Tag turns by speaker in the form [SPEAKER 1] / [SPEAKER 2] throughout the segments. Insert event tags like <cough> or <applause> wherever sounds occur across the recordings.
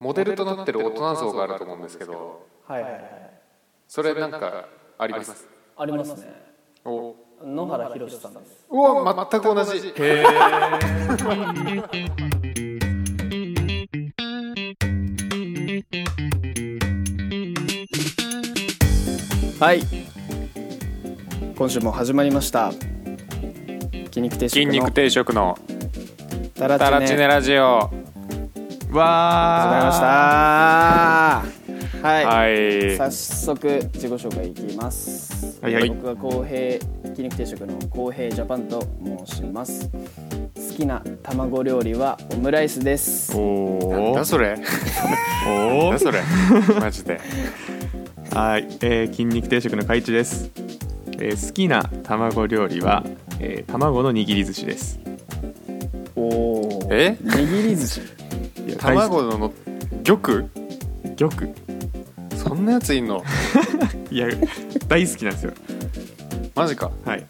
[SPEAKER 1] モデルとなってる大人像があると思うんですけど
[SPEAKER 2] はいはいはい
[SPEAKER 1] それなんかあります
[SPEAKER 2] ありますね
[SPEAKER 1] お
[SPEAKER 2] 野原宏さんです
[SPEAKER 1] うわ全く同じへ
[SPEAKER 2] はい今週も始まりました筋肉定
[SPEAKER 1] 筋
[SPEAKER 2] 食
[SPEAKER 1] 肉
[SPEAKER 2] の
[SPEAKER 1] 定食の
[SPEAKER 2] タラ
[SPEAKER 1] タラ
[SPEAKER 2] チ
[SPEAKER 1] チネ
[SPEAKER 2] ネ
[SPEAKER 1] ラジオ
[SPEAKER 2] 始まりました
[SPEAKER 1] わ
[SPEAKER 2] はい、
[SPEAKER 1] ーはい
[SPEAKER 2] 早速自己紹介いきます、
[SPEAKER 1] はいはい
[SPEAKER 2] 僕は公平筋肉定食の公平ジャパンと申します好きな卵料理はオムライスです
[SPEAKER 1] なん
[SPEAKER 3] お
[SPEAKER 1] だ
[SPEAKER 3] ー
[SPEAKER 1] それ
[SPEAKER 3] お
[SPEAKER 1] なんだ
[SPEAKER 3] ー
[SPEAKER 1] そ <laughs> れマジで
[SPEAKER 3] はい、えー、筋肉定食の海一です、えー、好きな卵料理は、えー、卵の握り寿司です
[SPEAKER 2] おお
[SPEAKER 1] え
[SPEAKER 2] 握り寿司
[SPEAKER 3] いや
[SPEAKER 1] 卵のの玉
[SPEAKER 3] 海一玉
[SPEAKER 1] そんなやついんの
[SPEAKER 3] いや <laughs> 大好きなんですよ
[SPEAKER 1] マジか
[SPEAKER 3] はい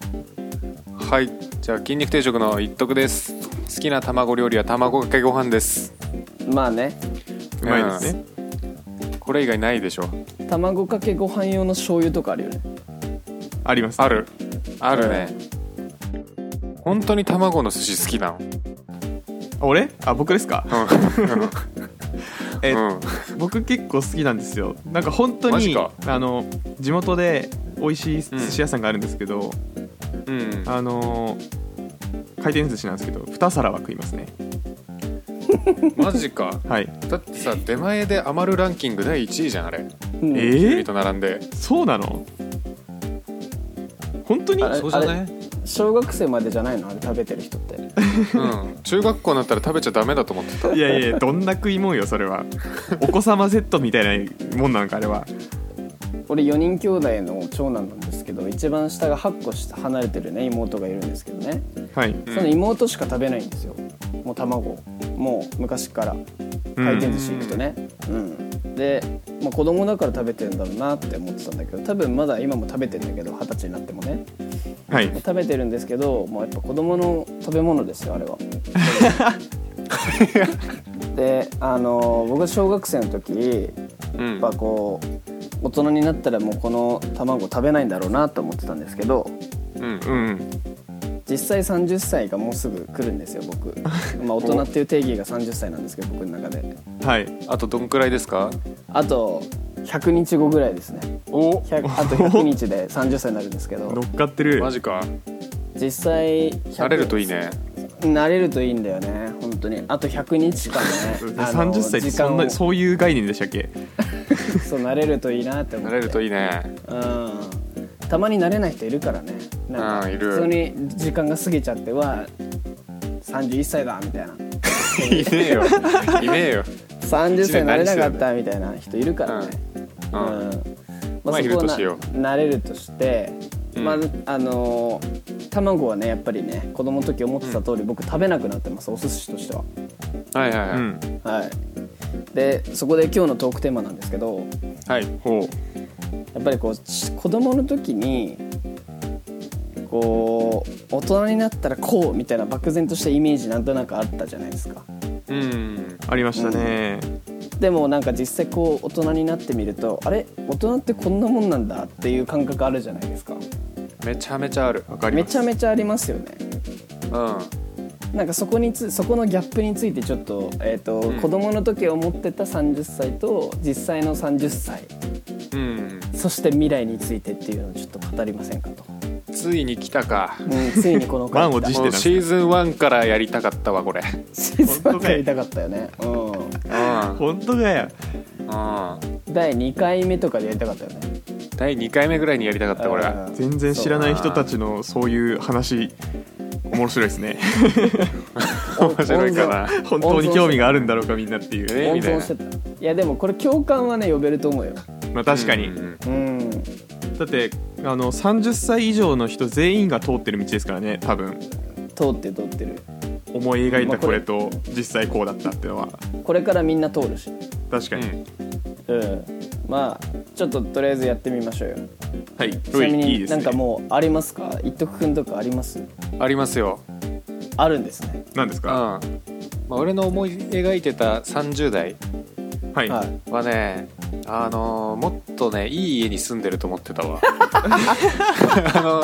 [SPEAKER 1] はいじゃあ筋肉定食の一徳です好きな卵料理は卵かけご飯です
[SPEAKER 2] まあね
[SPEAKER 3] うまいですね、
[SPEAKER 1] これ以外ないでしょ
[SPEAKER 2] 卵かけご飯用の醤油とかあるよね
[SPEAKER 3] あります
[SPEAKER 1] あるあるね、本当に卵の寿司好きなの
[SPEAKER 3] 俺あ僕ですか <laughs> え
[SPEAKER 1] うん
[SPEAKER 3] 僕結構好きなんですよなんか本当
[SPEAKER 1] マジ
[SPEAKER 3] に
[SPEAKER 1] か
[SPEAKER 3] あの地元で美味し
[SPEAKER 1] うん
[SPEAKER 3] い寿司屋さんがあるんですけど、
[SPEAKER 1] うん
[SPEAKER 3] あのー回転寿司なんですけど2皿は食いますね
[SPEAKER 1] マジか
[SPEAKER 3] はい
[SPEAKER 1] だってさ出前で余るランキング第1位じゃんあれ
[SPEAKER 2] うん
[SPEAKER 3] え
[SPEAKER 1] キュウ
[SPEAKER 3] ー
[SPEAKER 1] リ、と並んで
[SPEAKER 3] そうなの本当に
[SPEAKER 2] あれ
[SPEAKER 3] そうじゃない
[SPEAKER 2] あ小学生までじゃないのあれ食べてる人って
[SPEAKER 3] <laughs>
[SPEAKER 1] うん中学校になったら食べちゃダメだと思ってた
[SPEAKER 3] いやいやどんな食いもんよそれはお子様セットみたいなもんなんかあれは
[SPEAKER 2] 俺4人兄弟の長男なんですけど一番下が8個下離れてるね妹がいるんですけどね、
[SPEAKER 3] はい
[SPEAKER 1] うん
[SPEAKER 2] その妹しか食べないんですよもう卵をもう昔から回転寿司行くとねうん、で、まあ、子供だから食べてるんだろうなって思ってたんだけど多分まだ今も食べてるんだけど二十歳になってもね
[SPEAKER 3] はい
[SPEAKER 2] 食べてるんですけど、まあ、やっぱ子供の食べ物ですよあれは。であの僕が小学生の時
[SPEAKER 1] うん
[SPEAKER 2] やっぱこう大人になったらもうこの卵食べないんだろうなと思ってたんですけど
[SPEAKER 1] うん
[SPEAKER 3] うん
[SPEAKER 2] 実際30歳がもうすぐ来るんですよ僕まあ大人っていう定義が30歳なんですけど僕の中で
[SPEAKER 3] はい
[SPEAKER 1] あとどんくらいですか
[SPEAKER 2] あと100日後ぐらいですね
[SPEAKER 1] お
[SPEAKER 2] 100あと100日で30歳になるんですけ
[SPEAKER 3] 乗 <laughs>
[SPEAKER 2] ど
[SPEAKER 3] っかってる
[SPEAKER 1] マジか
[SPEAKER 2] 実際
[SPEAKER 1] 慣
[SPEAKER 2] 慣
[SPEAKER 1] れるといいね
[SPEAKER 2] 慣れるといいんだよね本当にあと100日間ねあの
[SPEAKER 3] 30歳って
[SPEAKER 2] 時間
[SPEAKER 3] そんな
[SPEAKER 2] をそう
[SPEAKER 3] そういう概念でしたっけ
[SPEAKER 2] 慣れるといいなって思
[SPEAKER 1] 慣
[SPEAKER 2] って
[SPEAKER 1] れるといいね
[SPEAKER 2] うんたまに慣れない人いるからねなん
[SPEAKER 1] う
[SPEAKER 2] か
[SPEAKER 1] んい
[SPEAKER 2] 普
[SPEAKER 1] る
[SPEAKER 2] 通に時間が過ぎちゃっては31歳だみたいない
[SPEAKER 1] ねえよいねえよ
[SPEAKER 2] 30歳になれなかったみたいな人いるからね、
[SPEAKER 1] う
[SPEAKER 2] うん
[SPEAKER 1] うん
[SPEAKER 2] ん
[SPEAKER 1] まあいるとしよう
[SPEAKER 2] そこをな慣れるとして、
[SPEAKER 1] うん
[SPEAKER 2] まああのー卵はねやっぱりね子供の時思ってた通り、僕食べなくなってますお寿司としては
[SPEAKER 1] はいはいは
[SPEAKER 3] う
[SPEAKER 1] い、
[SPEAKER 3] ん
[SPEAKER 2] はいでそこで今日のトークテーマなんですけど
[SPEAKER 1] はい
[SPEAKER 3] ほ
[SPEAKER 2] やっぱりこうし子供の時にこう大人になったらこうみたいな漠然としたイメージなんとなくあったじゃないですか
[SPEAKER 1] うん
[SPEAKER 3] うありましたね、
[SPEAKER 2] でもなんか実際こう大人になってみるとあれ大人ってこんなもんなんだっていう感覚あるじゃないですか
[SPEAKER 1] めちゃめちゃある
[SPEAKER 3] わかり
[SPEAKER 2] め
[SPEAKER 3] ます
[SPEAKER 2] ちゃめちゃありますよね
[SPEAKER 1] う
[SPEAKER 2] なんかそこにつそこのギャップについてちょっと,、えーと
[SPEAKER 1] うん
[SPEAKER 2] 子供の時思ってた30歳と実際の30歳
[SPEAKER 1] んうん
[SPEAKER 2] そして未来についてっていうのをちょっと語りませんかと、
[SPEAKER 1] ついに来たか
[SPEAKER 2] うん、ついにこの回
[SPEAKER 3] <laughs> 満を持して
[SPEAKER 1] も
[SPEAKER 3] な
[SPEAKER 1] うん
[SPEAKER 3] です
[SPEAKER 1] シ
[SPEAKER 3] ね
[SPEAKER 1] ーズン1からやりたかったわこれ
[SPEAKER 2] 本当かやりたかったよね、う
[SPEAKER 1] うん
[SPEAKER 3] 本当だよ
[SPEAKER 1] うん
[SPEAKER 2] ん、第2回目とかでやりたかったよね
[SPEAKER 1] 第2回目ぐらいにやりたかったこれは
[SPEAKER 2] うん
[SPEAKER 3] 全然知らない人たちのそういう話面白いですね
[SPEAKER 1] 面白いかな
[SPEAKER 3] <laughs> 本当に興味があるんだろうかみんなってい
[SPEAKER 1] え
[SPEAKER 3] う、
[SPEAKER 2] 温存してたいやでもこれ共感はね呼べると思うよ
[SPEAKER 3] まあ、確かに、
[SPEAKER 1] うん
[SPEAKER 2] うん
[SPEAKER 3] だってあの30歳以上の人全員が通ってる道ですからね多分
[SPEAKER 2] 通ってる通ってる
[SPEAKER 3] 思い描い
[SPEAKER 2] まあ
[SPEAKER 3] た
[SPEAKER 2] こ
[SPEAKER 3] こ
[SPEAKER 2] れ
[SPEAKER 3] れと実際こうだったっていうのは
[SPEAKER 2] これからみんな通るし
[SPEAKER 3] 確かに、
[SPEAKER 2] うんまあちょっととりあえずやってみましょうよ
[SPEAKER 3] はい
[SPEAKER 2] ちなみ
[SPEAKER 3] いい
[SPEAKER 2] に
[SPEAKER 3] です
[SPEAKER 2] な
[SPEAKER 3] ね
[SPEAKER 2] んかもうありますか一徳くんとかあります
[SPEAKER 1] ありますよ
[SPEAKER 2] あるんですね
[SPEAKER 3] 何です
[SPEAKER 1] うん
[SPEAKER 3] か
[SPEAKER 1] まあ俺の思い描いてた30代
[SPEAKER 3] はい、
[SPEAKER 2] は
[SPEAKER 1] はねあのーもっとねいい家に住んでると思ってたわ <laughs> あの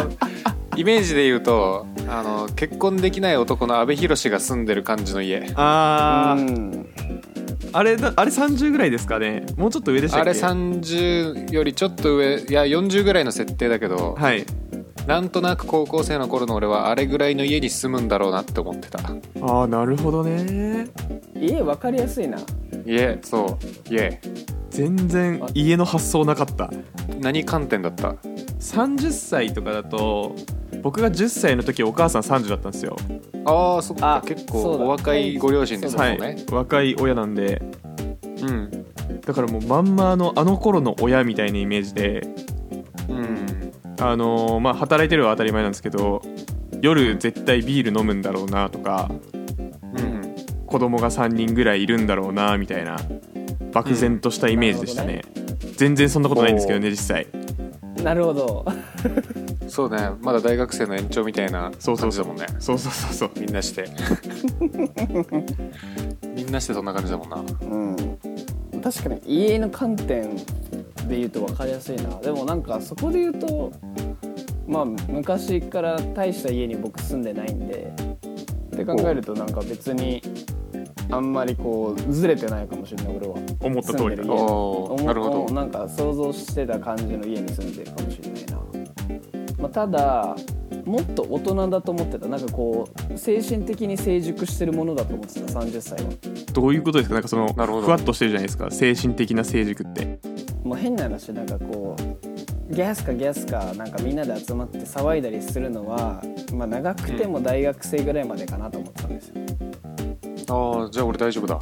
[SPEAKER 1] イメージで言うとあの結婚できない男の阿部寛が住んでる感じの家
[SPEAKER 3] あ
[SPEAKER 2] い、
[SPEAKER 3] ー
[SPEAKER 2] うん、
[SPEAKER 3] あれだあれ30ぐらいですかねもうちょっと上でしたっ
[SPEAKER 1] あ
[SPEAKER 3] け
[SPEAKER 1] れ30よりちょっと上いや40ぐらいの設定だけど、
[SPEAKER 3] はい
[SPEAKER 1] なんとなく高校生の頃の俺はあれぐらいの家に住むんだろうなって思ってた
[SPEAKER 3] ああなるほどね
[SPEAKER 2] 家分かりやすいな
[SPEAKER 1] 家そう家
[SPEAKER 3] 全然家の発想なかった
[SPEAKER 1] 何観点だった
[SPEAKER 3] 30歳とかだと僕が10歳の時お母さん30だったんですよ、
[SPEAKER 1] あーそっか
[SPEAKER 2] あ
[SPEAKER 1] 結
[SPEAKER 2] そ
[SPEAKER 1] 構
[SPEAKER 2] うだ
[SPEAKER 1] お若いご両親ですもん
[SPEAKER 3] は
[SPEAKER 1] ね、
[SPEAKER 3] い、若い親なんで
[SPEAKER 1] うん
[SPEAKER 3] だからもうまんまあのあの頃の親みたいなイメージで
[SPEAKER 1] うん
[SPEAKER 3] あのーまあ働いてるは当たり前なんですけど夜絶対ビール飲むんだろうなとか
[SPEAKER 1] うん
[SPEAKER 3] 子供が3人ぐらいいるんだろうなみたいな漠然としたイメージでしたね,、全然そんなことないんですけどね実際
[SPEAKER 2] なるほど
[SPEAKER 1] そうねまだ大学生の延長みたいな
[SPEAKER 3] そうそ
[SPEAKER 1] 感
[SPEAKER 3] う
[SPEAKER 1] じ
[SPEAKER 3] そ
[SPEAKER 1] だ
[SPEAKER 3] う
[SPEAKER 1] もんね
[SPEAKER 3] そうそうそうそう
[SPEAKER 1] みんなして <laughs> みんなしてそんな感じだもんな
[SPEAKER 2] うん確かに家の観点で言うと分かりやすいなでもなんかそこで言うとまあ昔から大した家に僕住んでないんでって考えるとなんか別にあんまりこうずれてないかもしれない俺は
[SPEAKER 3] 思った通りだ
[SPEAKER 2] 住んでる
[SPEAKER 3] な
[SPEAKER 2] 家
[SPEAKER 1] おーなるほ
[SPEAKER 2] うん
[SPEAKER 1] ど
[SPEAKER 2] なんか想像してた感じの家に住んでるかもしれないな、まあ、ただもっと大人だと思ってたなんかこう精神的に成熟してるものだと思ってた30歳は
[SPEAKER 3] どういうことですかなんかその
[SPEAKER 1] なるほど
[SPEAKER 3] ふわっとしてるじゃないですか精神的な成熟って
[SPEAKER 2] もう変な話なんかこうギャスかギャスかなんかみんなで集まって騒いだりするのは、まあ、長くても大学生ぐらいまでかなと思ってたんですよ、
[SPEAKER 1] ああじゃあ俺大丈夫だ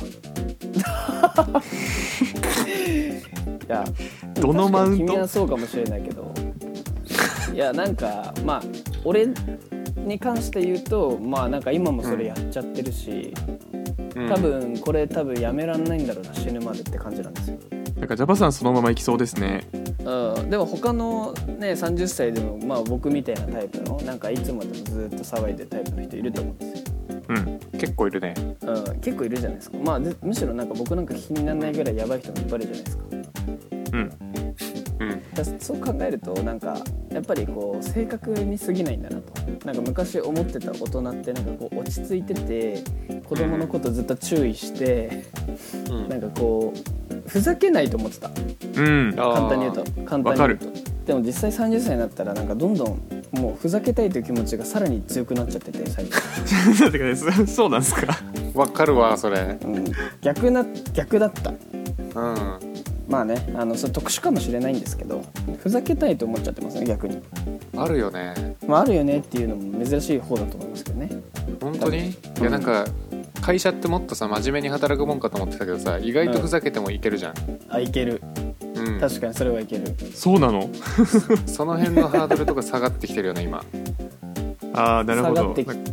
[SPEAKER 2] いや
[SPEAKER 3] どのマウント
[SPEAKER 2] 確かに君はそうかもしれないけどいやなんかまあ俺に関して言うとまあなんか今もそれやっちゃってるし、
[SPEAKER 1] うん
[SPEAKER 2] 多分これ多分やめらんないんだろうな死ぬまでって感じなんですよ、
[SPEAKER 3] なんかジャパさんそのままいきそうですね
[SPEAKER 2] うん、でも他のね30歳でもまあ僕みたいなタイプのなんかいつまでもずっと騒いでるタイプの人いると思うんですよ
[SPEAKER 3] うん
[SPEAKER 1] 結構いるね
[SPEAKER 2] うん、結構いるじゃないですか、まあ、でむしろなんか僕なんか気にならないぐらいやばい人もいっぱいいるじゃないですか
[SPEAKER 3] うん
[SPEAKER 1] うん
[SPEAKER 2] だからそう考えるとなんかやっぱりこう正確に過ぎないんだなとなんか昔思ってた大人ってなんかこう落ち着いてて子供のことずっと注意して、
[SPEAKER 1] うん
[SPEAKER 2] なんかこうふざけないと思ってた
[SPEAKER 3] う
[SPEAKER 1] あ
[SPEAKER 3] ん
[SPEAKER 1] ー
[SPEAKER 2] 簡単に言うと簡単に言うとでも実際30歳になったらなんかどんどんもうふざけたいという気持ちがさらに強くなっちゃってて最近、
[SPEAKER 3] なんてかねそ <laughs> そうなんですか
[SPEAKER 1] わかるわそれ
[SPEAKER 2] うん、逆な逆だった
[SPEAKER 1] うん
[SPEAKER 2] まあねあのそれ特殊かもしれないんですけどふざけたいと思っちゃってますね逆に、
[SPEAKER 1] あるよね
[SPEAKER 2] まあ、あるよねっていうのも珍しい方だと思いますけどね
[SPEAKER 1] 本当にい
[SPEAKER 2] うん
[SPEAKER 1] やなんか会社ってもっとさ真面目に働くもんかと思ってたけどさ意外とふざけてもいけるじゃん、
[SPEAKER 2] あいける
[SPEAKER 1] うん
[SPEAKER 2] 確かにそれはいける
[SPEAKER 3] そうなの
[SPEAKER 1] その辺のハードルとか下がってきてるよね今
[SPEAKER 3] ああなるほ
[SPEAKER 2] 下が
[SPEAKER 3] ど
[SPEAKER 2] ってき
[SPEAKER 3] なんか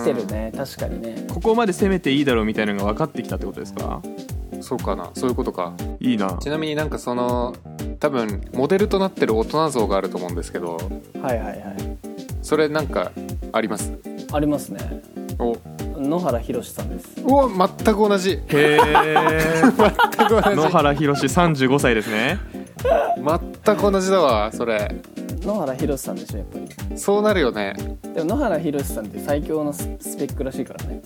[SPEAKER 2] きてるね確かにね
[SPEAKER 3] ここまで攻めていいだろうみたいなのが分かってきたってことですか
[SPEAKER 1] そうかなそういうことか
[SPEAKER 3] いいな
[SPEAKER 1] ちなみになんかその多分モデルとなってる大人像があると思うんですけど
[SPEAKER 2] はいはいはい
[SPEAKER 1] それなんかあります
[SPEAKER 2] ありますね
[SPEAKER 1] お
[SPEAKER 2] 野原宏さんです
[SPEAKER 1] お全く同じ
[SPEAKER 3] へえ
[SPEAKER 1] 全く同じ
[SPEAKER 3] 野原宏35歳ですね
[SPEAKER 1] 全く同じだわそれ
[SPEAKER 2] 野原宏さんでしょやっぱり
[SPEAKER 1] そうなるよね
[SPEAKER 2] でも野原宏さんって最強のススペックらしいからね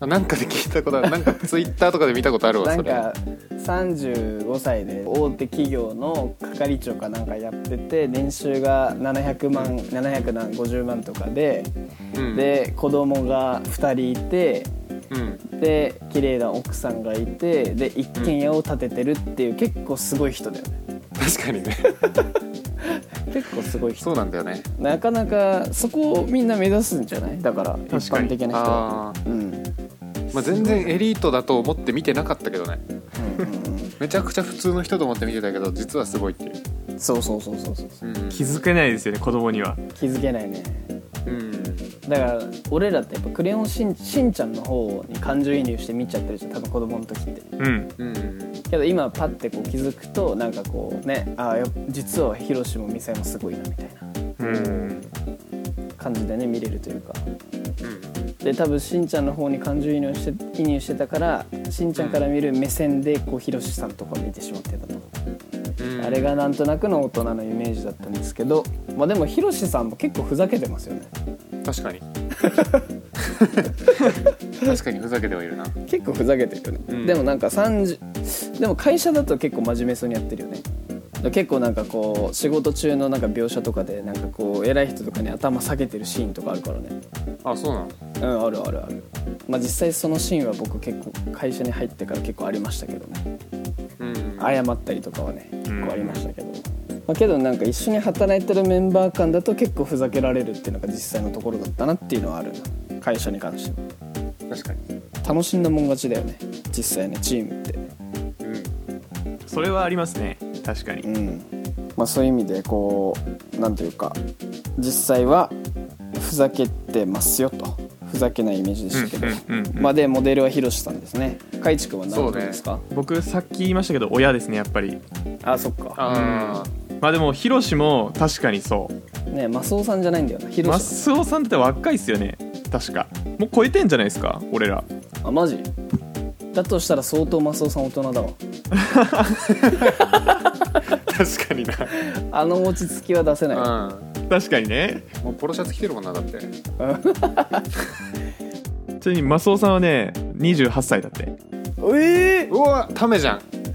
[SPEAKER 1] なんかで聞いたことあるなんかツイッターとかで見たことあるわ
[SPEAKER 2] な
[SPEAKER 1] そ
[SPEAKER 2] ん
[SPEAKER 1] れ
[SPEAKER 2] か35歳で大手企業の係長かなんかやってて年収が700万750万とかで
[SPEAKER 1] うん、
[SPEAKER 2] で子供が2人いて
[SPEAKER 1] うん、
[SPEAKER 2] で綺麗な奥さんがいてで一軒家を建ててるっていう結構すごい人だよね
[SPEAKER 1] 確かにね
[SPEAKER 2] 結構すごい人
[SPEAKER 1] そうなんだよね
[SPEAKER 2] なかなかそこをみんな目指すんじゃないだから一
[SPEAKER 3] 確かに
[SPEAKER 2] 般的な人は
[SPEAKER 1] ああ
[SPEAKER 2] うんうんうん
[SPEAKER 1] ー、まあ、全然エリートだと思って見てなかったけどねめちゃくちゃ普通の人と思って見てたけど実はすごいっていう、
[SPEAKER 2] うんそうそうそうそうそう
[SPEAKER 1] うん、
[SPEAKER 3] 気づけないですよね子供には
[SPEAKER 2] 気づけないね
[SPEAKER 1] うん
[SPEAKER 2] だから俺らってやっぱ「クレヨンしんしんちゃん」の方に感情移入して見ちゃってるじゃん多分子供の時って
[SPEAKER 3] うん
[SPEAKER 1] うん
[SPEAKER 2] けど今パッてこう気づくとなんかこうねああやっぱ実はヒロシもミサイもすごいなみたいな
[SPEAKER 3] うん
[SPEAKER 2] 感じでね見れるというかで多分しんちゃんの方に感情移入して移入してたからしんちゃんから見る目線でこうひろしさんとかを見てしまってた
[SPEAKER 1] う
[SPEAKER 2] と、
[SPEAKER 1] ん
[SPEAKER 2] あれがなんとなくの大人のイメージだったんですけど、まあ、でもひろしさんも結構ふざけてますよね
[SPEAKER 1] 確 <laughs> かに確かにふざけてはいるな
[SPEAKER 2] 結構ふざけてるよね、
[SPEAKER 1] うん
[SPEAKER 2] でもなんか30でも会社だと結構真面目そうにやってるよね結構なんかこう仕事中のなんか描写とかでなんかこう偉い人とかに頭下げてるシーンとかあるからね
[SPEAKER 1] あそうなの
[SPEAKER 2] うんあるあるあるまあ実際そのシーンは僕結構会社に入ってから結構ありましたけどね
[SPEAKER 1] うん
[SPEAKER 2] 謝ったりとかはね結構ありましたけど、まあ、けどなんか一緒に働いてるメンバー間だと結構ふざけられるっていうのが実際のところだったなっていうのはあるな会社に関しては
[SPEAKER 1] 確かに
[SPEAKER 2] 楽しんだもん勝ちだよね実際ねチームって
[SPEAKER 1] うん
[SPEAKER 3] それはありますね確かに
[SPEAKER 2] うんまあ、そういう意味でこうなんというか実際はふざけてますよとふざけないイメージでしたけど、
[SPEAKER 3] うんうんうん
[SPEAKER 2] まあ、でモデルはひろしさんですねかいちくんは何
[SPEAKER 1] そうね
[SPEAKER 2] ですか、
[SPEAKER 3] 僕さっき言いましたけど親ですねやっぱり
[SPEAKER 2] あそっか
[SPEAKER 1] あ
[SPEAKER 3] まあでもヒロシも確かにそう
[SPEAKER 2] ねマスオさんじゃないんだよなひろ
[SPEAKER 3] マ
[SPEAKER 2] し
[SPEAKER 3] スオさんって若いっすよね確かもう超えてんじゃないですか俺ら
[SPEAKER 2] あマジだとしたら相当マスオさん大人だわ
[SPEAKER 3] 確かにな
[SPEAKER 2] あの落ち着きは出せない
[SPEAKER 1] あ
[SPEAKER 3] 確かにね
[SPEAKER 1] うんもうポロシャツ着てるもんなだって
[SPEAKER 3] ちなみにマスオさんはね28歳だって
[SPEAKER 2] ええ
[SPEAKER 1] うわためじゃ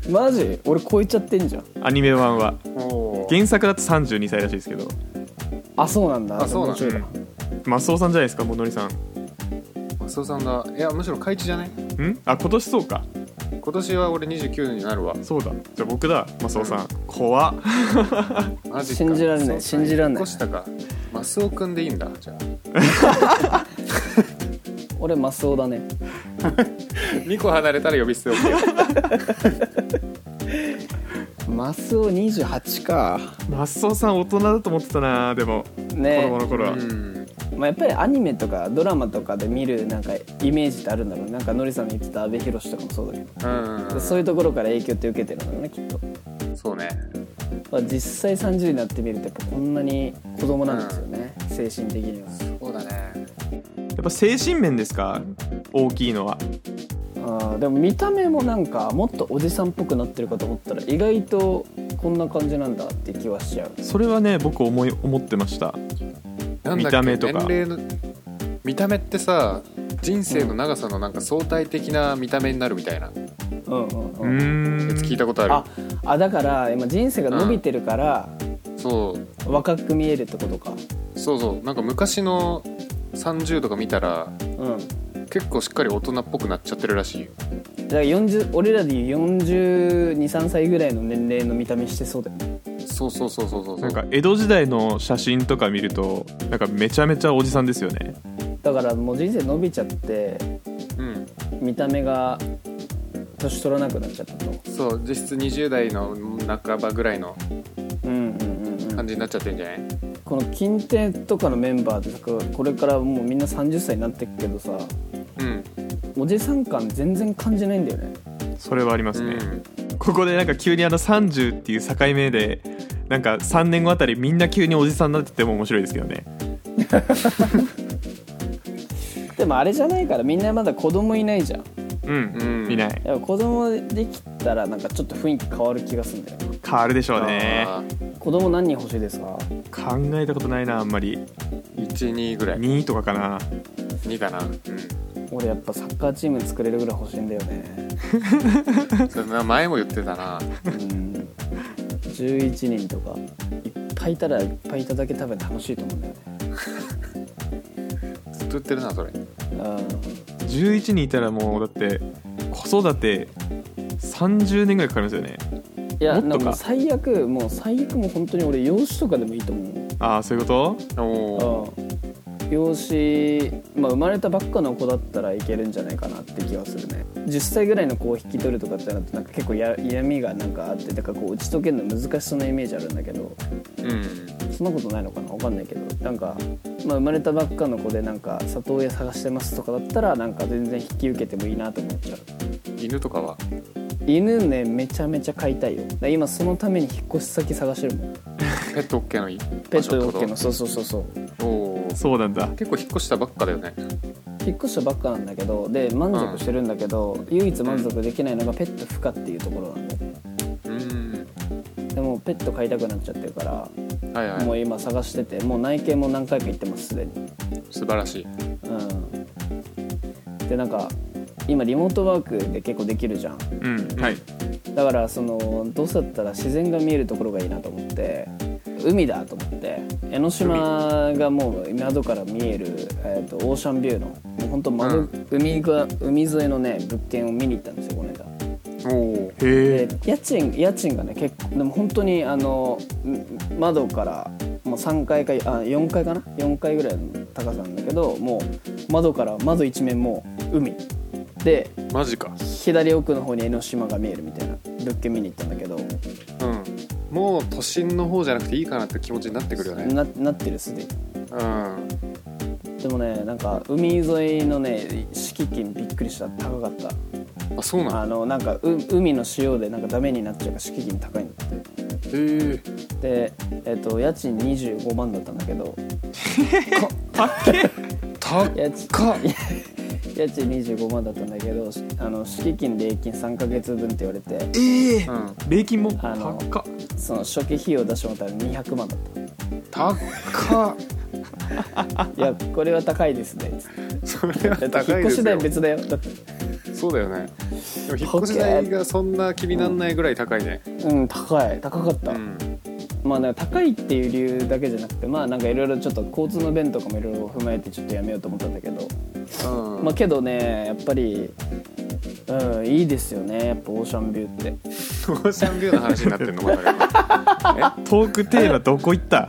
[SPEAKER 1] ん
[SPEAKER 2] マジ俺超えちゃってんじゃん
[SPEAKER 3] アニメ版は
[SPEAKER 1] おー
[SPEAKER 3] 原作だと32歳らしいですけど
[SPEAKER 2] あそうなんだ
[SPEAKER 1] あそうなんだ
[SPEAKER 2] もちろ
[SPEAKER 3] マスオさんじゃないですかもうのりさん
[SPEAKER 1] マスオさんだいやむしろ開智じゃない
[SPEAKER 3] んあ今年そうか
[SPEAKER 1] 今年は俺29になるわ
[SPEAKER 3] そうだじゃあ僕だマスオさん怖っ
[SPEAKER 1] マジか
[SPEAKER 2] 信じられない
[SPEAKER 1] そうか
[SPEAKER 2] 信じられない
[SPEAKER 1] 引っ越したかマスオくんでいいんだじゃあ
[SPEAKER 2] 俺マスオだね
[SPEAKER 1] 2個離れたら呼び捨て OK
[SPEAKER 2] マスオ28か
[SPEAKER 3] マスオさん大人だと思ってたなでも子
[SPEAKER 2] ね
[SPEAKER 3] 供の頃は、
[SPEAKER 1] うん
[SPEAKER 2] まあ、やっぱりアニメとかドラマとかで見るなんかイメージってあるんだろうねなんかのりさんの言ってた阿部寛とかもそうだけど、
[SPEAKER 1] うん
[SPEAKER 2] そういうところから影響って受けてるんだろうねきっと、
[SPEAKER 1] そうね
[SPEAKER 2] まあ、実際30になってみるとやっぱこんなに子供なんですよね、精神的には
[SPEAKER 1] そうだね
[SPEAKER 3] やっぱ精神面ですか大きいのは
[SPEAKER 2] あーでも見た目もなんかもっとおじさんっぽくなってるかと思ったら意外とこんな感じなんだって気はしちゃう
[SPEAKER 3] それはね僕思い思ってました
[SPEAKER 1] なんだっけ
[SPEAKER 3] 見た目とか
[SPEAKER 1] 年齢の見た目ってさ人生の長さのなんか相対的な見た目になるみたいなや
[SPEAKER 2] うんうん
[SPEAKER 3] う
[SPEAKER 2] うん、
[SPEAKER 3] ーん
[SPEAKER 1] つ聞いたことあ
[SPEAKER 2] あ
[SPEAKER 1] る
[SPEAKER 2] あだから今人生が伸びてるから
[SPEAKER 1] そう
[SPEAKER 2] 若く見えるってことか
[SPEAKER 1] そうそうなんか昔の30とか見たら
[SPEAKER 2] うん
[SPEAKER 1] 結構しっかり大人っぽくなっちゃってるらしいよ
[SPEAKER 2] だから40俺らでいう423歳ぐらいの年齢の見た目してそうだよね
[SPEAKER 1] そうそうそうそうそうそう
[SPEAKER 3] なんか江戸時代の写真とか見るとなんかめちゃめちゃおじさんですよね
[SPEAKER 2] だからもう人生伸びちゃって
[SPEAKER 1] うん
[SPEAKER 2] 見た目が年取らなくなっちゃったと
[SPEAKER 1] そう実質20代の半ばぐらいの
[SPEAKER 2] うんうんうんう
[SPEAKER 1] 感
[SPEAKER 2] ん
[SPEAKER 1] じになっちゃってんじゃない、
[SPEAKER 2] この近天とかのメンバーとかこれからもうみんな30歳になってくけどさ
[SPEAKER 1] うん
[SPEAKER 2] おじさん感全然感じないんだよね
[SPEAKER 3] それはありま
[SPEAKER 1] う
[SPEAKER 3] すね、
[SPEAKER 1] ん
[SPEAKER 3] ここでなんか急にあの30っていう境目でなんか3年後あたりみんな急におじさんになってても面白いですけどね
[SPEAKER 2] でもあれじゃないからみんなまだ子供いないじゃん
[SPEAKER 3] うん、
[SPEAKER 1] うん
[SPEAKER 3] 見ない
[SPEAKER 2] やっぱ子供できたらなんかちょっと雰囲気変わる気がするんだよね
[SPEAKER 3] 変わるでしょうね
[SPEAKER 1] あー
[SPEAKER 2] 子供何人欲しいですか
[SPEAKER 3] 考えたことないなあんまり
[SPEAKER 1] 12ぐらい
[SPEAKER 3] 2とかかな
[SPEAKER 1] 2かなうん
[SPEAKER 2] 俺やっぱサッカーチーム作れるぐらい欲しいんだよね
[SPEAKER 1] それな前も言ってたな
[SPEAKER 2] うん11人とかいっぱいいたらいっぱいいただけ多分楽しいと思うんだよね
[SPEAKER 1] ずっと言ってるなそれ
[SPEAKER 3] 11人いたらもうだって子育て30年ぐらいかかりますよね
[SPEAKER 2] うんいや
[SPEAKER 3] もっとか
[SPEAKER 2] なんかもう最悪もう最悪もう本当に俺養子とかでもいいと思
[SPEAKER 3] ああそういうこ
[SPEAKER 1] おお
[SPEAKER 2] う、うん、養子、まあ、生まれたばっかの子だったらいけるんじゃないかなって気はするね10歳ぐらいの子を引き取るとかってなるとなんか結構や嫌味がなんかあってだからこう打ち解けるの難しそうなイメージあるんだけど
[SPEAKER 1] うん
[SPEAKER 2] そんなことないのかなわかんないけどなんか、まあ、生まれたばっかの子でなんか里親探してますとかだったらなんか全然引き受けてもいいなと思っちゃう
[SPEAKER 1] 犬とかは
[SPEAKER 2] 犬ねめちゃめちゃ飼いたいよだから今そのために引っ越し先探してるもん
[SPEAKER 1] ペット OK のいい
[SPEAKER 2] ペットオッケーの
[SPEAKER 1] 場所って
[SPEAKER 2] そうそうそうそう
[SPEAKER 1] おおー
[SPEAKER 3] そうなんだ
[SPEAKER 1] 結構引っ越したばっかだよね
[SPEAKER 2] 引っ越したばっかなんだけどで満足してるんだけど、唯一満足できないのがペット不可っていうところなんで
[SPEAKER 1] うん
[SPEAKER 2] でもペット飼いたくなっちゃってるから、
[SPEAKER 1] はいは
[SPEAKER 2] もう
[SPEAKER 1] い
[SPEAKER 2] 今探しててもう内見も何回か行ってますすでに
[SPEAKER 1] 素晴らしい
[SPEAKER 2] うんでなんか今リモートワークで結構できるじゃん
[SPEAKER 3] うんはい
[SPEAKER 2] だからそのどうせだったら自然が見えるところがいいなと思って海だと思って江ノ島がもう窓から見える、えー、とオーシャンビューのもうほんと窓、
[SPEAKER 1] うん
[SPEAKER 2] 海が海沿いのね物件を見に行ったんですよこの間
[SPEAKER 1] おお
[SPEAKER 3] へ
[SPEAKER 2] で
[SPEAKER 3] え
[SPEAKER 2] 家賃家賃がね結構でも本当にあのん窓からもう3階かあ4階かな4階ぐらいの高さなんだけどもう窓から窓一面もう海で
[SPEAKER 1] マジか
[SPEAKER 2] 左奥の方に江ノ島が見えるみたいな物件見に行ったんだけど
[SPEAKER 1] うんもう都心の方じゃなくていいかなって気持ちになってくるよね
[SPEAKER 2] ななってるすでに
[SPEAKER 1] うん
[SPEAKER 2] でもねなんか海沿いのね敷金びっくりした高かった
[SPEAKER 1] あそうな
[SPEAKER 2] あ
[SPEAKER 1] ん
[SPEAKER 2] のなんかう海の塩でなんかダメになっちゃうから敷金高いんだって
[SPEAKER 1] へえ
[SPEAKER 2] で、えっと家賃25万だったんだけど
[SPEAKER 1] た
[SPEAKER 2] 家賃 <laughs>
[SPEAKER 1] か
[SPEAKER 2] 家賃25万だったんだけどしあの敷金礼金3か月分って言われて
[SPEAKER 3] ええ
[SPEAKER 1] うん
[SPEAKER 3] 礼金も
[SPEAKER 2] あの
[SPEAKER 3] 高っ
[SPEAKER 2] その初期費用出してもらったら200万だった
[SPEAKER 1] たか
[SPEAKER 2] 「いやこれは高いですね」つって
[SPEAKER 1] それは
[SPEAKER 2] だって
[SPEAKER 1] 高
[SPEAKER 2] 引っ
[SPEAKER 1] いで
[SPEAKER 2] 越
[SPEAKER 1] す
[SPEAKER 2] し代
[SPEAKER 1] よ
[SPEAKER 2] 別だよだって
[SPEAKER 1] そうだよねでも引っ越し代がそんな気になんないぐらい高いね
[SPEAKER 2] うん高い高かった、
[SPEAKER 1] うん
[SPEAKER 2] まあなんか高いっていう理由だけじゃなくてまあなんかいろいろちょっと交通の便とかもいろいろ踏まえてちょっとやめようと思ったんだけど
[SPEAKER 1] うん
[SPEAKER 2] まあけどねやっぱりうんいいですよねやっぱオーシャンビューっ
[SPEAKER 1] オ
[SPEAKER 2] て
[SPEAKER 1] ーシャンビューの話になってるのまだ今
[SPEAKER 3] トークテーマどこ行った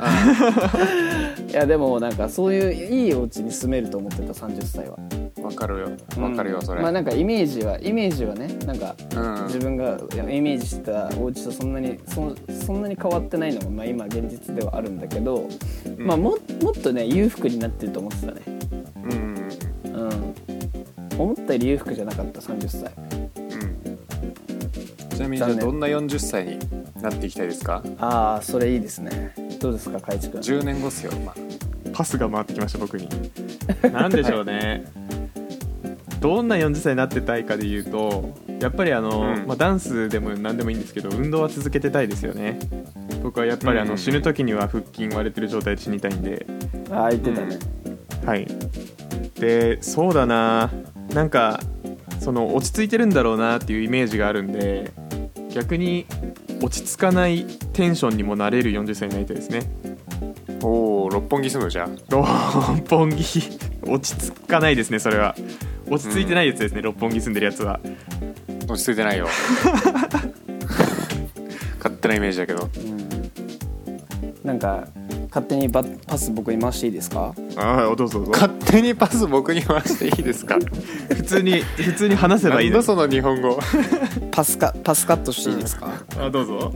[SPEAKER 2] いやでもなんかそういういいお家に住めると思ってた30歳は
[SPEAKER 1] わかるよわかるよそれ、
[SPEAKER 2] うんまあなんかイメージはイメージはねなんか
[SPEAKER 1] うん
[SPEAKER 2] 自分がイメージしてたお家とそんなにそそんなに変わってないのが、まあ、今現実ではあるんだけど、まあ、ももっとね裕福になってると思ってたね
[SPEAKER 1] うん
[SPEAKER 2] うん思ったより裕福じゃなかった30歳
[SPEAKER 1] うんちなみにじゃあ
[SPEAKER 2] 残念
[SPEAKER 1] どんな40歳になっていきたいですか
[SPEAKER 2] ああそれいいですねどうですか海地君
[SPEAKER 1] 10年後っすよ、まあ
[SPEAKER 3] パスが回ってきました僕になんでしょうねどんな40歳になってたいかで言うとやっぱりあの、
[SPEAKER 1] うん
[SPEAKER 3] まあ、ダンスでも何でもいいんですけど運動は続けてたいですよね僕はやっぱりあの、
[SPEAKER 1] うん
[SPEAKER 3] 死ぬ時には腹筋割れてる状態で死にたいんで
[SPEAKER 2] ああ言ってたね、
[SPEAKER 3] はいでそうだななんかその落ち着いてるんだろうなっていうイメージがあるんで逆に落ち着かないテンションにもなれる40歳になりたいですね
[SPEAKER 1] おお六本木住むじゃん
[SPEAKER 3] 六本木落ち着かないですねそれは落ち着いてないやつですね、六本木住んでるやつは
[SPEAKER 1] 落ち着いてない <laughs> よ勝手なイメージだけど
[SPEAKER 2] なんか勝手にバパス僕に回していいですか
[SPEAKER 3] ああどうぞどうぞ
[SPEAKER 1] 勝手にパス僕に回していい <laughs> ですか
[SPEAKER 3] 普通に普通に話せばい
[SPEAKER 1] な
[SPEAKER 3] い
[SPEAKER 1] んだ
[SPEAKER 3] です
[SPEAKER 1] その日本語
[SPEAKER 2] パスカパスカットしていいですか、
[SPEAKER 3] あどうぞ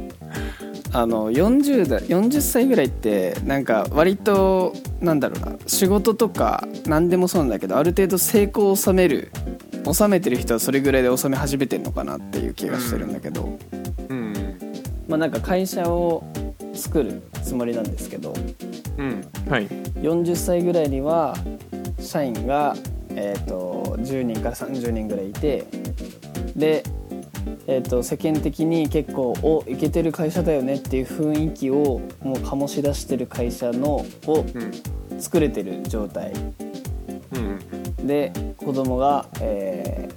[SPEAKER 2] あの40代40歳ぐらいってなんか割となんだろうな仕事とか何でもそうなんだけどある程度成功を収める収めてる人はそれぐらいで収め始めてるのかなっていう気がしてるんだけど、
[SPEAKER 1] うん
[SPEAKER 2] まあなんか会社を作るつもりなんですけど
[SPEAKER 1] うん
[SPEAKER 3] はい
[SPEAKER 2] 40歳ぐらいには社員が、えー、と10人から30人ぐらいいてで、えー、と世間的に結構おいけてる会社だよねっていう雰囲気をもう醸し出してる会社のを
[SPEAKER 1] うん
[SPEAKER 2] 作れてる状態
[SPEAKER 1] うん
[SPEAKER 2] で子供が、えー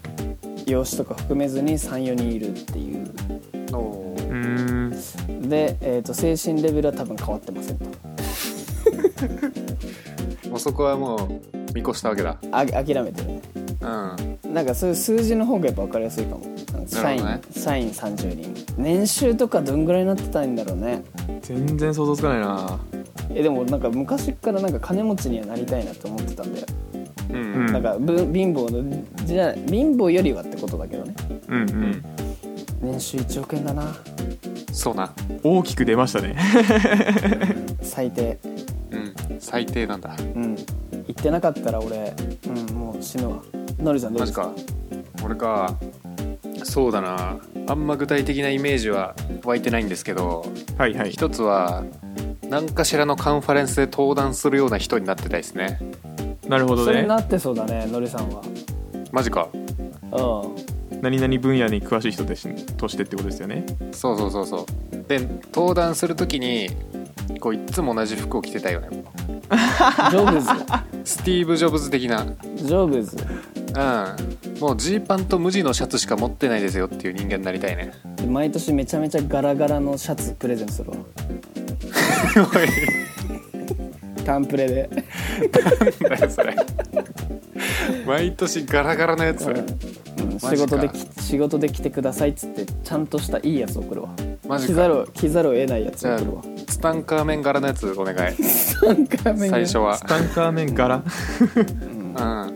[SPEAKER 2] 養子とか含めずに34人いるっていう
[SPEAKER 1] おー
[SPEAKER 3] うーん
[SPEAKER 2] で、えー、と精神レベルは多分変わってませんと
[SPEAKER 1] <laughs> もうそこはもう見越したわけだ
[SPEAKER 2] あ諦めてるね
[SPEAKER 1] うん
[SPEAKER 2] なんかそういう数字の方がやっぱ分かりやすいかも社員、
[SPEAKER 1] なる
[SPEAKER 2] 社員30人年収とかどんぐらいになってたんだろうね
[SPEAKER 3] 全然想像つかないな
[SPEAKER 2] えでもなんか昔からなんか金持ちにはなりたいなと思ってたんだよ、
[SPEAKER 1] うん
[SPEAKER 3] うん
[SPEAKER 2] なんかぶ貧乏のじゃあ貧乏よりはってことだけどね
[SPEAKER 3] うんうん
[SPEAKER 2] 年収1億円だな
[SPEAKER 1] そうな
[SPEAKER 3] 大きく出ました <laughs> ね
[SPEAKER 2] 最低
[SPEAKER 1] うん最低なんだ
[SPEAKER 2] うん言ってなかったら俺うんもう死ぬわのりさんどう
[SPEAKER 1] マ
[SPEAKER 2] で
[SPEAKER 1] ジ
[SPEAKER 2] すか
[SPEAKER 1] か俺かそうだなあんま具体的なイメージは湧いてないんですけど
[SPEAKER 3] はいはい
[SPEAKER 1] 一つは何かしらのカンファレンスで登壇するような人になってたいですね
[SPEAKER 3] なるほど
[SPEAKER 2] それ
[SPEAKER 3] ね
[SPEAKER 2] になってそうだねのりさんは
[SPEAKER 1] マジか
[SPEAKER 2] う
[SPEAKER 3] 何々分野に詳しい人としてとしてってことですよね
[SPEAKER 1] そうそうそうそうで登壇するときにこういっつも同じ服を着てたよね
[SPEAKER 2] んジョブズ
[SPEAKER 1] スティーブ・ジョブズ的な
[SPEAKER 2] ジョブズ
[SPEAKER 1] うんもうジーパンと無地のシャツしか持ってないですよっていう人間になりたい <laughs> ね
[SPEAKER 2] で毎年めちゃめちゃガラガラのシャツプレゼントするわタンプレで
[SPEAKER 1] なんだよそれ毎年ガラガラのやつ
[SPEAKER 2] うん
[SPEAKER 1] ジか
[SPEAKER 2] 仕事でき仕事で来てくださいっつってちゃんとしたいいやつ送るわ
[SPEAKER 1] マジ
[SPEAKER 2] 着
[SPEAKER 1] か
[SPEAKER 2] ざるを着ざるを得ないやつ
[SPEAKER 1] じゃ
[SPEAKER 2] 送るわ
[SPEAKER 1] あツタンカーメン柄のやつお願 <laughs> い
[SPEAKER 2] 3回目
[SPEAKER 1] 最初は
[SPEAKER 3] ツタンカーメン柄
[SPEAKER 1] うん
[SPEAKER 2] ま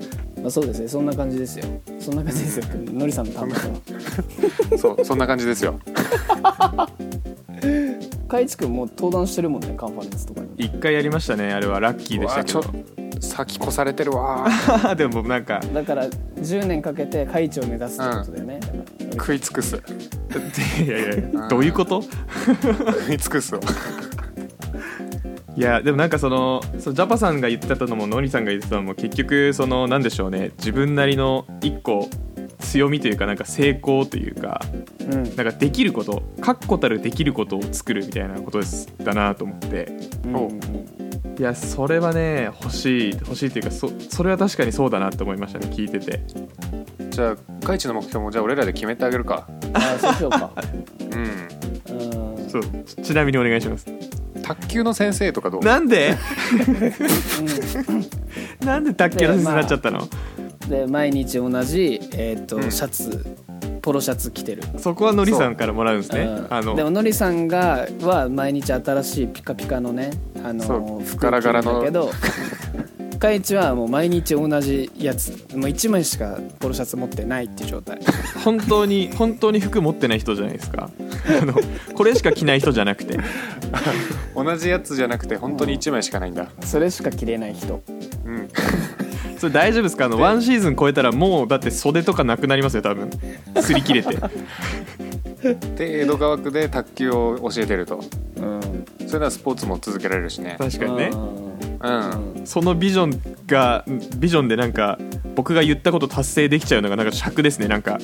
[SPEAKER 2] あ、そうですねそんな感じですよそんな感
[SPEAKER 1] <laughs>
[SPEAKER 2] じですよのりさんの担当は
[SPEAKER 1] そうそんな感じですよ
[SPEAKER 2] かいちくんもう登壇してるもんねカンファレンスとかに
[SPEAKER 3] 一回やりましたねあれはラッキーでしたけ
[SPEAKER 1] うわちょ先越されてるわ
[SPEAKER 3] ど <laughs> でもなんか
[SPEAKER 2] だから10年かけて会長を目指すってことだよね、だから
[SPEAKER 1] 食い尽くす
[SPEAKER 3] いやいやいやどういうこと
[SPEAKER 1] 食い尽くすを
[SPEAKER 3] いやでもなんかそのそのジャパさんが言ってたのもノリさんが言ってたのも結局そのなんでしょうね自分なりの一個強みというかなんか成功というか
[SPEAKER 2] うん
[SPEAKER 3] なんかできること確固たるできることを作るみたいなことですだなと思って
[SPEAKER 2] うん
[SPEAKER 1] おう
[SPEAKER 3] いやそれはね欲しい欲しいというかそそれは確かにそうだなと思いましたね聞いてて
[SPEAKER 1] じゃあカイチの目標もじゃあ俺らで決めてあげるか
[SPEAKER 2] ああそうしよう
[SPEAKER 1] <laughs>
[SPEAKER 2] か
[SPEAKER 1] うん
[SPEAKER 2] うん
[SPEAKER 3] そうちちなみにお願いします
[SPEAKER 1] 卓球の先生とかどう
[SPEAKER 3] なんで <laughs> なんで卓球の先生になっちゃったの、
[SPEAKER 2] で毎日同じ、えーと
[SPEAKER 1] うん
[SPEAKER 2] シャツポロシャツ着てる、
[SPEAKER 3] そこはノリさんからもらうんですね
[SPEAKER 2] うん
[SPEAKER 3] あの
[SPEAKER 2] でものりさんがは毎日新しいピカピカのね、あの
[SPEAKER 1] そう
[SPEAKER 2] 服
[SPEAKER 1] ガラガラの
[SPEAKER 2] 着てるん <laughs> だけどかいちはもう毎日同じやつもう1枚しかポロシャツ持ってないっていう状態
[SPEAKER 3] 本当に本当に服持ってない人じゃないですか <laughs> あのこれしか着ない人じゃなくて
[SPEAKER 1] 同じやつじゃなくて本当に1枚しかないんだ
[SPEAKER 2] それしか着れない人
[SPEAKER 1] うん
[SPEAKER 3] それ大丈夫ですかあのワンシーズン超えたらもうだって袖とかなくなりますよ多分擦り切れて
[SPEAKER 1] で江戸川区で卓球を教えてると
[SPEAKER 2] うん
[SPEAKER 1] それならスポーツも続けられるしね
[SPEAKER 3] 確かに
[SPEAKER 2] <laughs>
[SPEAKER 3] ね
[SPEAKER 1] うん
[SPEAKER 3] そのビジョンがビジョンでなんか僕が言ったこと達成できちゃうのがなんか尺ですねなんか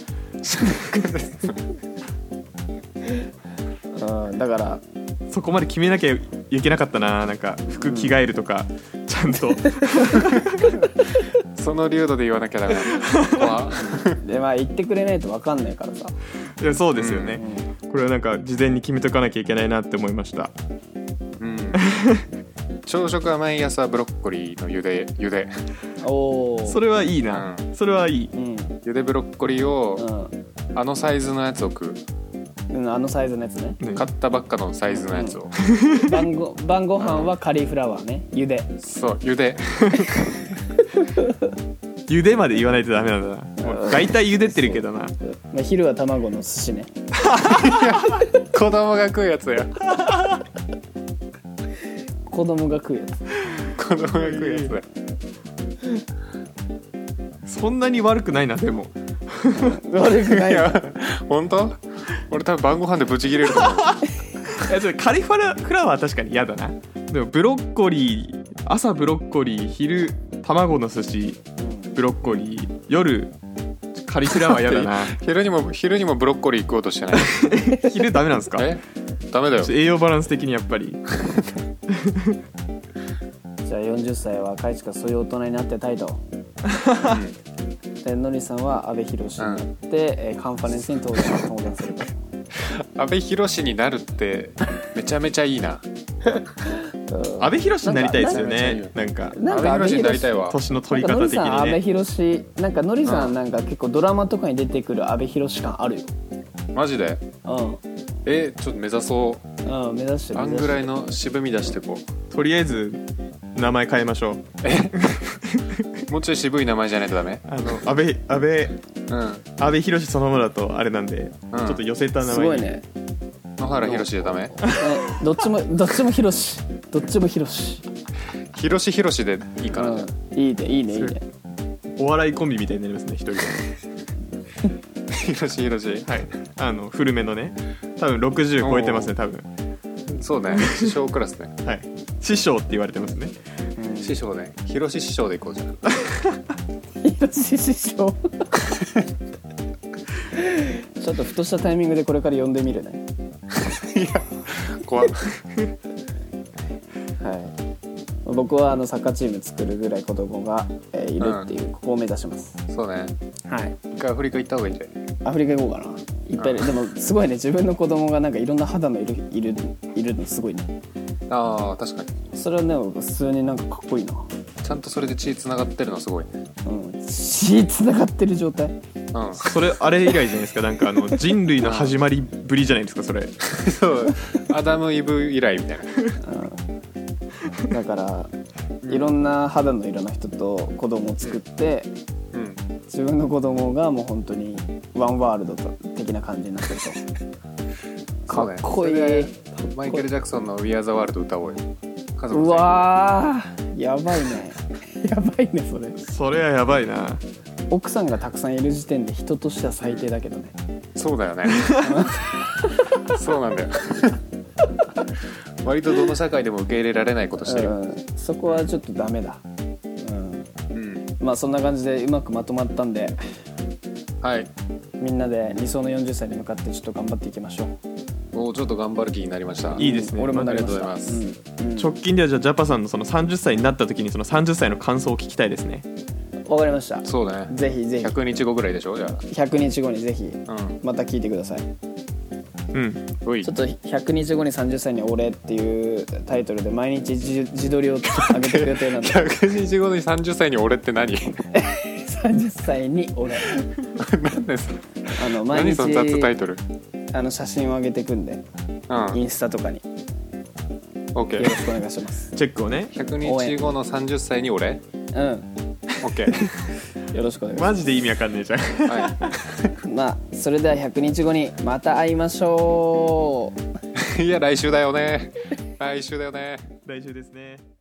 [SPEAKER 2] うんだから
[SPEAKER 3] そこまで決めなきゃいけなかったななんか服着替えるとか、ちゃんと
[SPEAKER 1] その流度で言わなきゃダメなんだここは
[SPEAKER 2] でまあ言ってくれないと分かんないからさ、
[SPEAKER 3] いやそうですよね、これはなんか事前に決めとかなきゃいけないなって思いました
[SPEAKER 1] うん朝食は毎朝ブロッコリーの茹で茹で
[SPEAKER 2] おお
[SPEAKER 3] それはいいな、
[SPEAKER 1] う
[SPEAKER 3] それはいい
[SPEAKER 2] うん
[SPEAKER 1] 茹でブロッコリーをあのサイズのやつを食う
[SPEAKER 2] うん、うん、あのサイズのやつ
[SPEAKER 3] <laughs>
[SPEAKER 2] ね
[SPEAKER 3] ね
[SPEAKER 1] 買ったばっかのサイズのやつを
[SPEAKER 2] 晩ご晩ご飯はカリフラワーね茹で
[SPEAKER 1] そう茹で
[SPEAKER 3] 茹でまで言わないとダメなんだなもう大体茹でてるけどな
[SPEAKER 2] まあ、昼は卵の寿司ね
[SPEAKER 1] 子供が食うやつや
[SPEAKER 2] 子供が食うやつ
[SPEAKER 1] 子供が食うやつだ
[SPEAKER 3] そんなに悪くないな
[SPEAKER 1] <laughs>
[SPEAKER 3] でも
[SPEAKER 2] 悪くないいよ
[SPEAKER 1] や本当俺多分晩ご飯でブチ切れると <laughs> 思う
[SPEAKER 3] いやちょっとカリフラフラワーは確かに嫌だなでもブロッコリー朝ブロッコリー昼卵の寿司ブロッコリー夜カリフラワー嫌だな
[SPEAKER 1] 昼にも昼にもブロッコリー食おうとして <laughs> ない
[SPEAKER 3] 昼ダメなんですか
[SPEAKER 1] えダメだよ
[SPEAKER 3] 栄養バランス的にやっぱり
[SPEAKER 2] じゃあ40歳は海地がそういう大人になってた
[SPEAKER 1] <laughs>
[SPEAKER 2] いとでのりさんは阿部寛になって、えーカンファレンスに登壇登壇すると
[SPEAKER 1] 阿部寛になるってめちゃめちゃいいな
[SPEAKER 3] 阿部寛になりたいですよね
[SPEAKER 1] なん
[SPEAKER 3] なんか
[SPEAKER 2] なんか
[SPEAKER 1] 阿部寛になりたい
[SPEAKER 2] わ
[SPEAKER 1] わ
[SPEAKER 3] 年の取り
[SPEAKER 2] の
[SPEAKER 3] 方
[SPEAKER 2] り
[SPEAKER 3] 的
[SPEAKER 2] さん阿
[SPEAKER 3] に
[SPEAKER 2] 部
[SPEAKER 3] ね
[SPEAKER 2] 寛なんかのりさんなんか結構ドラマとかに出てくる阿部寛感あるよ
[SPEAKER 1] マジで
[SPEAKER 2] う
[SPEAKER 1] えちょっと目指そう
[SPEAKER 2] うん、うん、目指してる
[SPEAKER 1] あんぐらいの渋み出してこ
[SPEAKER 3] とりあえず名前変えましょう
[SPEAKER 1] <laughs> うもうちょい渋い名前じゃないとダメ
[SPEAKER 3] あの安倍安倍
[SPEAKER 1] うん
[SPEAKER 3] 安倍博そのものだとあれなんで、
[SPEAKER 1] うん
[SPEAKER 3] ちょっと寄せた名前
[SPEAKER 2] すご
[SPEAKER 1] <laughs>
[SPEAKER 2] いね
[SPEAKER 1] 野原宏でダ <laughs> メ
[SPEAKER 2] えどっちもどっちも広しどっちも広し、
[SPEAKER 1] 宏宏でいいかな、
[SPEAKER 2] うん、いいねいいねいいね
[SPEAKER 3] お笑いコンビみたいになりますね一人で
[SPEAKER 1] 宏宏
[SPEAKER 3] はいあの古めのね多分60超えてますね多分
[SPEAKER 1] そうね師匠クラスね
[SPEAKER 3] はい師匠って言われてますね
[SPEAKER 1] 師匠ね広志師匠でいこうじゃん
[SPEAKER 2] し師匠ちょっとふとしたタイミングでこれから呼んでみるね
[SPEAKER 1] 怖っ
[SPEAKER 2] はい僕はあのサッカーチーム作るぐらい子供が、えーいるっていうここを目指します、
[SPEAKER 1] そうね
[SPEAKER 2] はい
[SPEAKER 1] 一回アフリカ行った方がいいんじゃない
[SPEAKER 2] アフリカ行こうかないっぱいいるでもすごいね自分の子供がなんかいろんな肌のいるいるいるのすごいね
[SPEAKER 1] ああ確かに
[SPEAKER 2] それはね僕普通になんかかっこいいな
[SPEAKER 1] ちゃんとそれで血つながってるのすごいね
[SPEAKER 2] うん血つながってる状態
[SPEAKER 1] うん
[SPEAKER 3] それあれ以来じゃないですかなんかあの人類の始まりぶりじゃないですかそれ
[SPEAKER 1] <laughs> そうアダム・イブ以来みたいな
[SPEAKER 2] うんだからいろんな肌の色の人と子供を作って
[SPEAKER 1] うん
[SPEAKER 2] 自分の子供がもう本当にワンワールドと的な感じになっ
[SPEAKER 1] <laughs>
[SPEAKER 2] てるとか
[SPEAKER 1] そう
[SPEAKER 2] っ
[SPEAKER 1] ね
[SPEAKER 2] こいい
[SPEAKER 1] それでマイケル・ジャクソンの「We Are the World」歌おうよ家族全員
[SPEAKER 2] うわーやばい
[SPEAKER 1] <laughs>
[SPEAKER 2] ねやばいねそれ
[SPEAKER 3] それはやばいな
[SPEAKER 2] 奥さんがたくさんいる時点で人としては最低だけどね
[SPEAKER 1] そうだよね <laughs> そうなんだよ割とどの社会でも受け入れられないことしてるよ、
[SPEAKER 2] うん、そこはちょっとダメだうん
[SPEAKER 1] うん、
[SPEAKER 2] まあそんな感じでうまくまとまったんで
[SPEAKER 1] はい
[SPEAKER 2] みんなで理想の40歳に向かってちょっと頑張っていきましょう
[SPEAKER 1] もうちょっと頑張る気になりました
[SPEAKER 3] いいですね
[SPEAKER 2] 俺もなりました
[SPEAKER 1] ありがとうござい
[SPEAKER 2] うんうん
[SPEAKER 3] 直近ではじゃあジャパさんのその30歳になった時にその30歳の感想を聞きたいですね
[SPEAKER 2] わかりました
[SPEAKER 1] そうね
[SPEAKER 2] ぜひぜひ
[SPEAKER 1] 100日後ぐらいでしょじゃ
[SPEAKER 2] 100日後にぜひ
[SPEAKER 1] あうん
[SPEAKER 2] また聞いてください
[SPEAKER 3] うん
[SPEAKER 1] ほい
[SPEAKER 2] ちょっと100日後に30歳に俺っていうタイトルで毎日自自撮りを上げていく予定なん <laughs> で
[SPEAKER 1] 100日後に30歳に俺って何 <laughs>
[SPEAKER 2] 30歳に俺
[SPEAKER 1] 何です
[SPEAKER 2] あの毎
[SPEAKER 1] 何
[SPEAKER 2] 日
[SPEAKER 1] その雑タイトル
[SPEAKER 2] あの写真を上げていくんで
[SPEAKER 1] うん
[SPEAKER 2] インスタとかによろ
[SPEAKER 1] OK100
[SPEAKER 2] しくお願い
[SPEAKER 1] <laughs>
[SPEAKER 2] します
[SPEAKER 3] チェックをね
[SPEAKER 1] 日後の30歳に俺
[SPEAKER 2] う
[SPEAKER 1] <laughs> OK
[SPEAKER 2] んよろしくお願いしま
[SPEAKER 3] マジで意味わかんねえじゃん <laughs>
[SPEAKER 1] は
[SPEAKER 2] すまあそれでは100日後にまた会いましょう
[SPEAKER 1] いいや来週だよね来週だよね
[SPEAKER 3] 来週ですね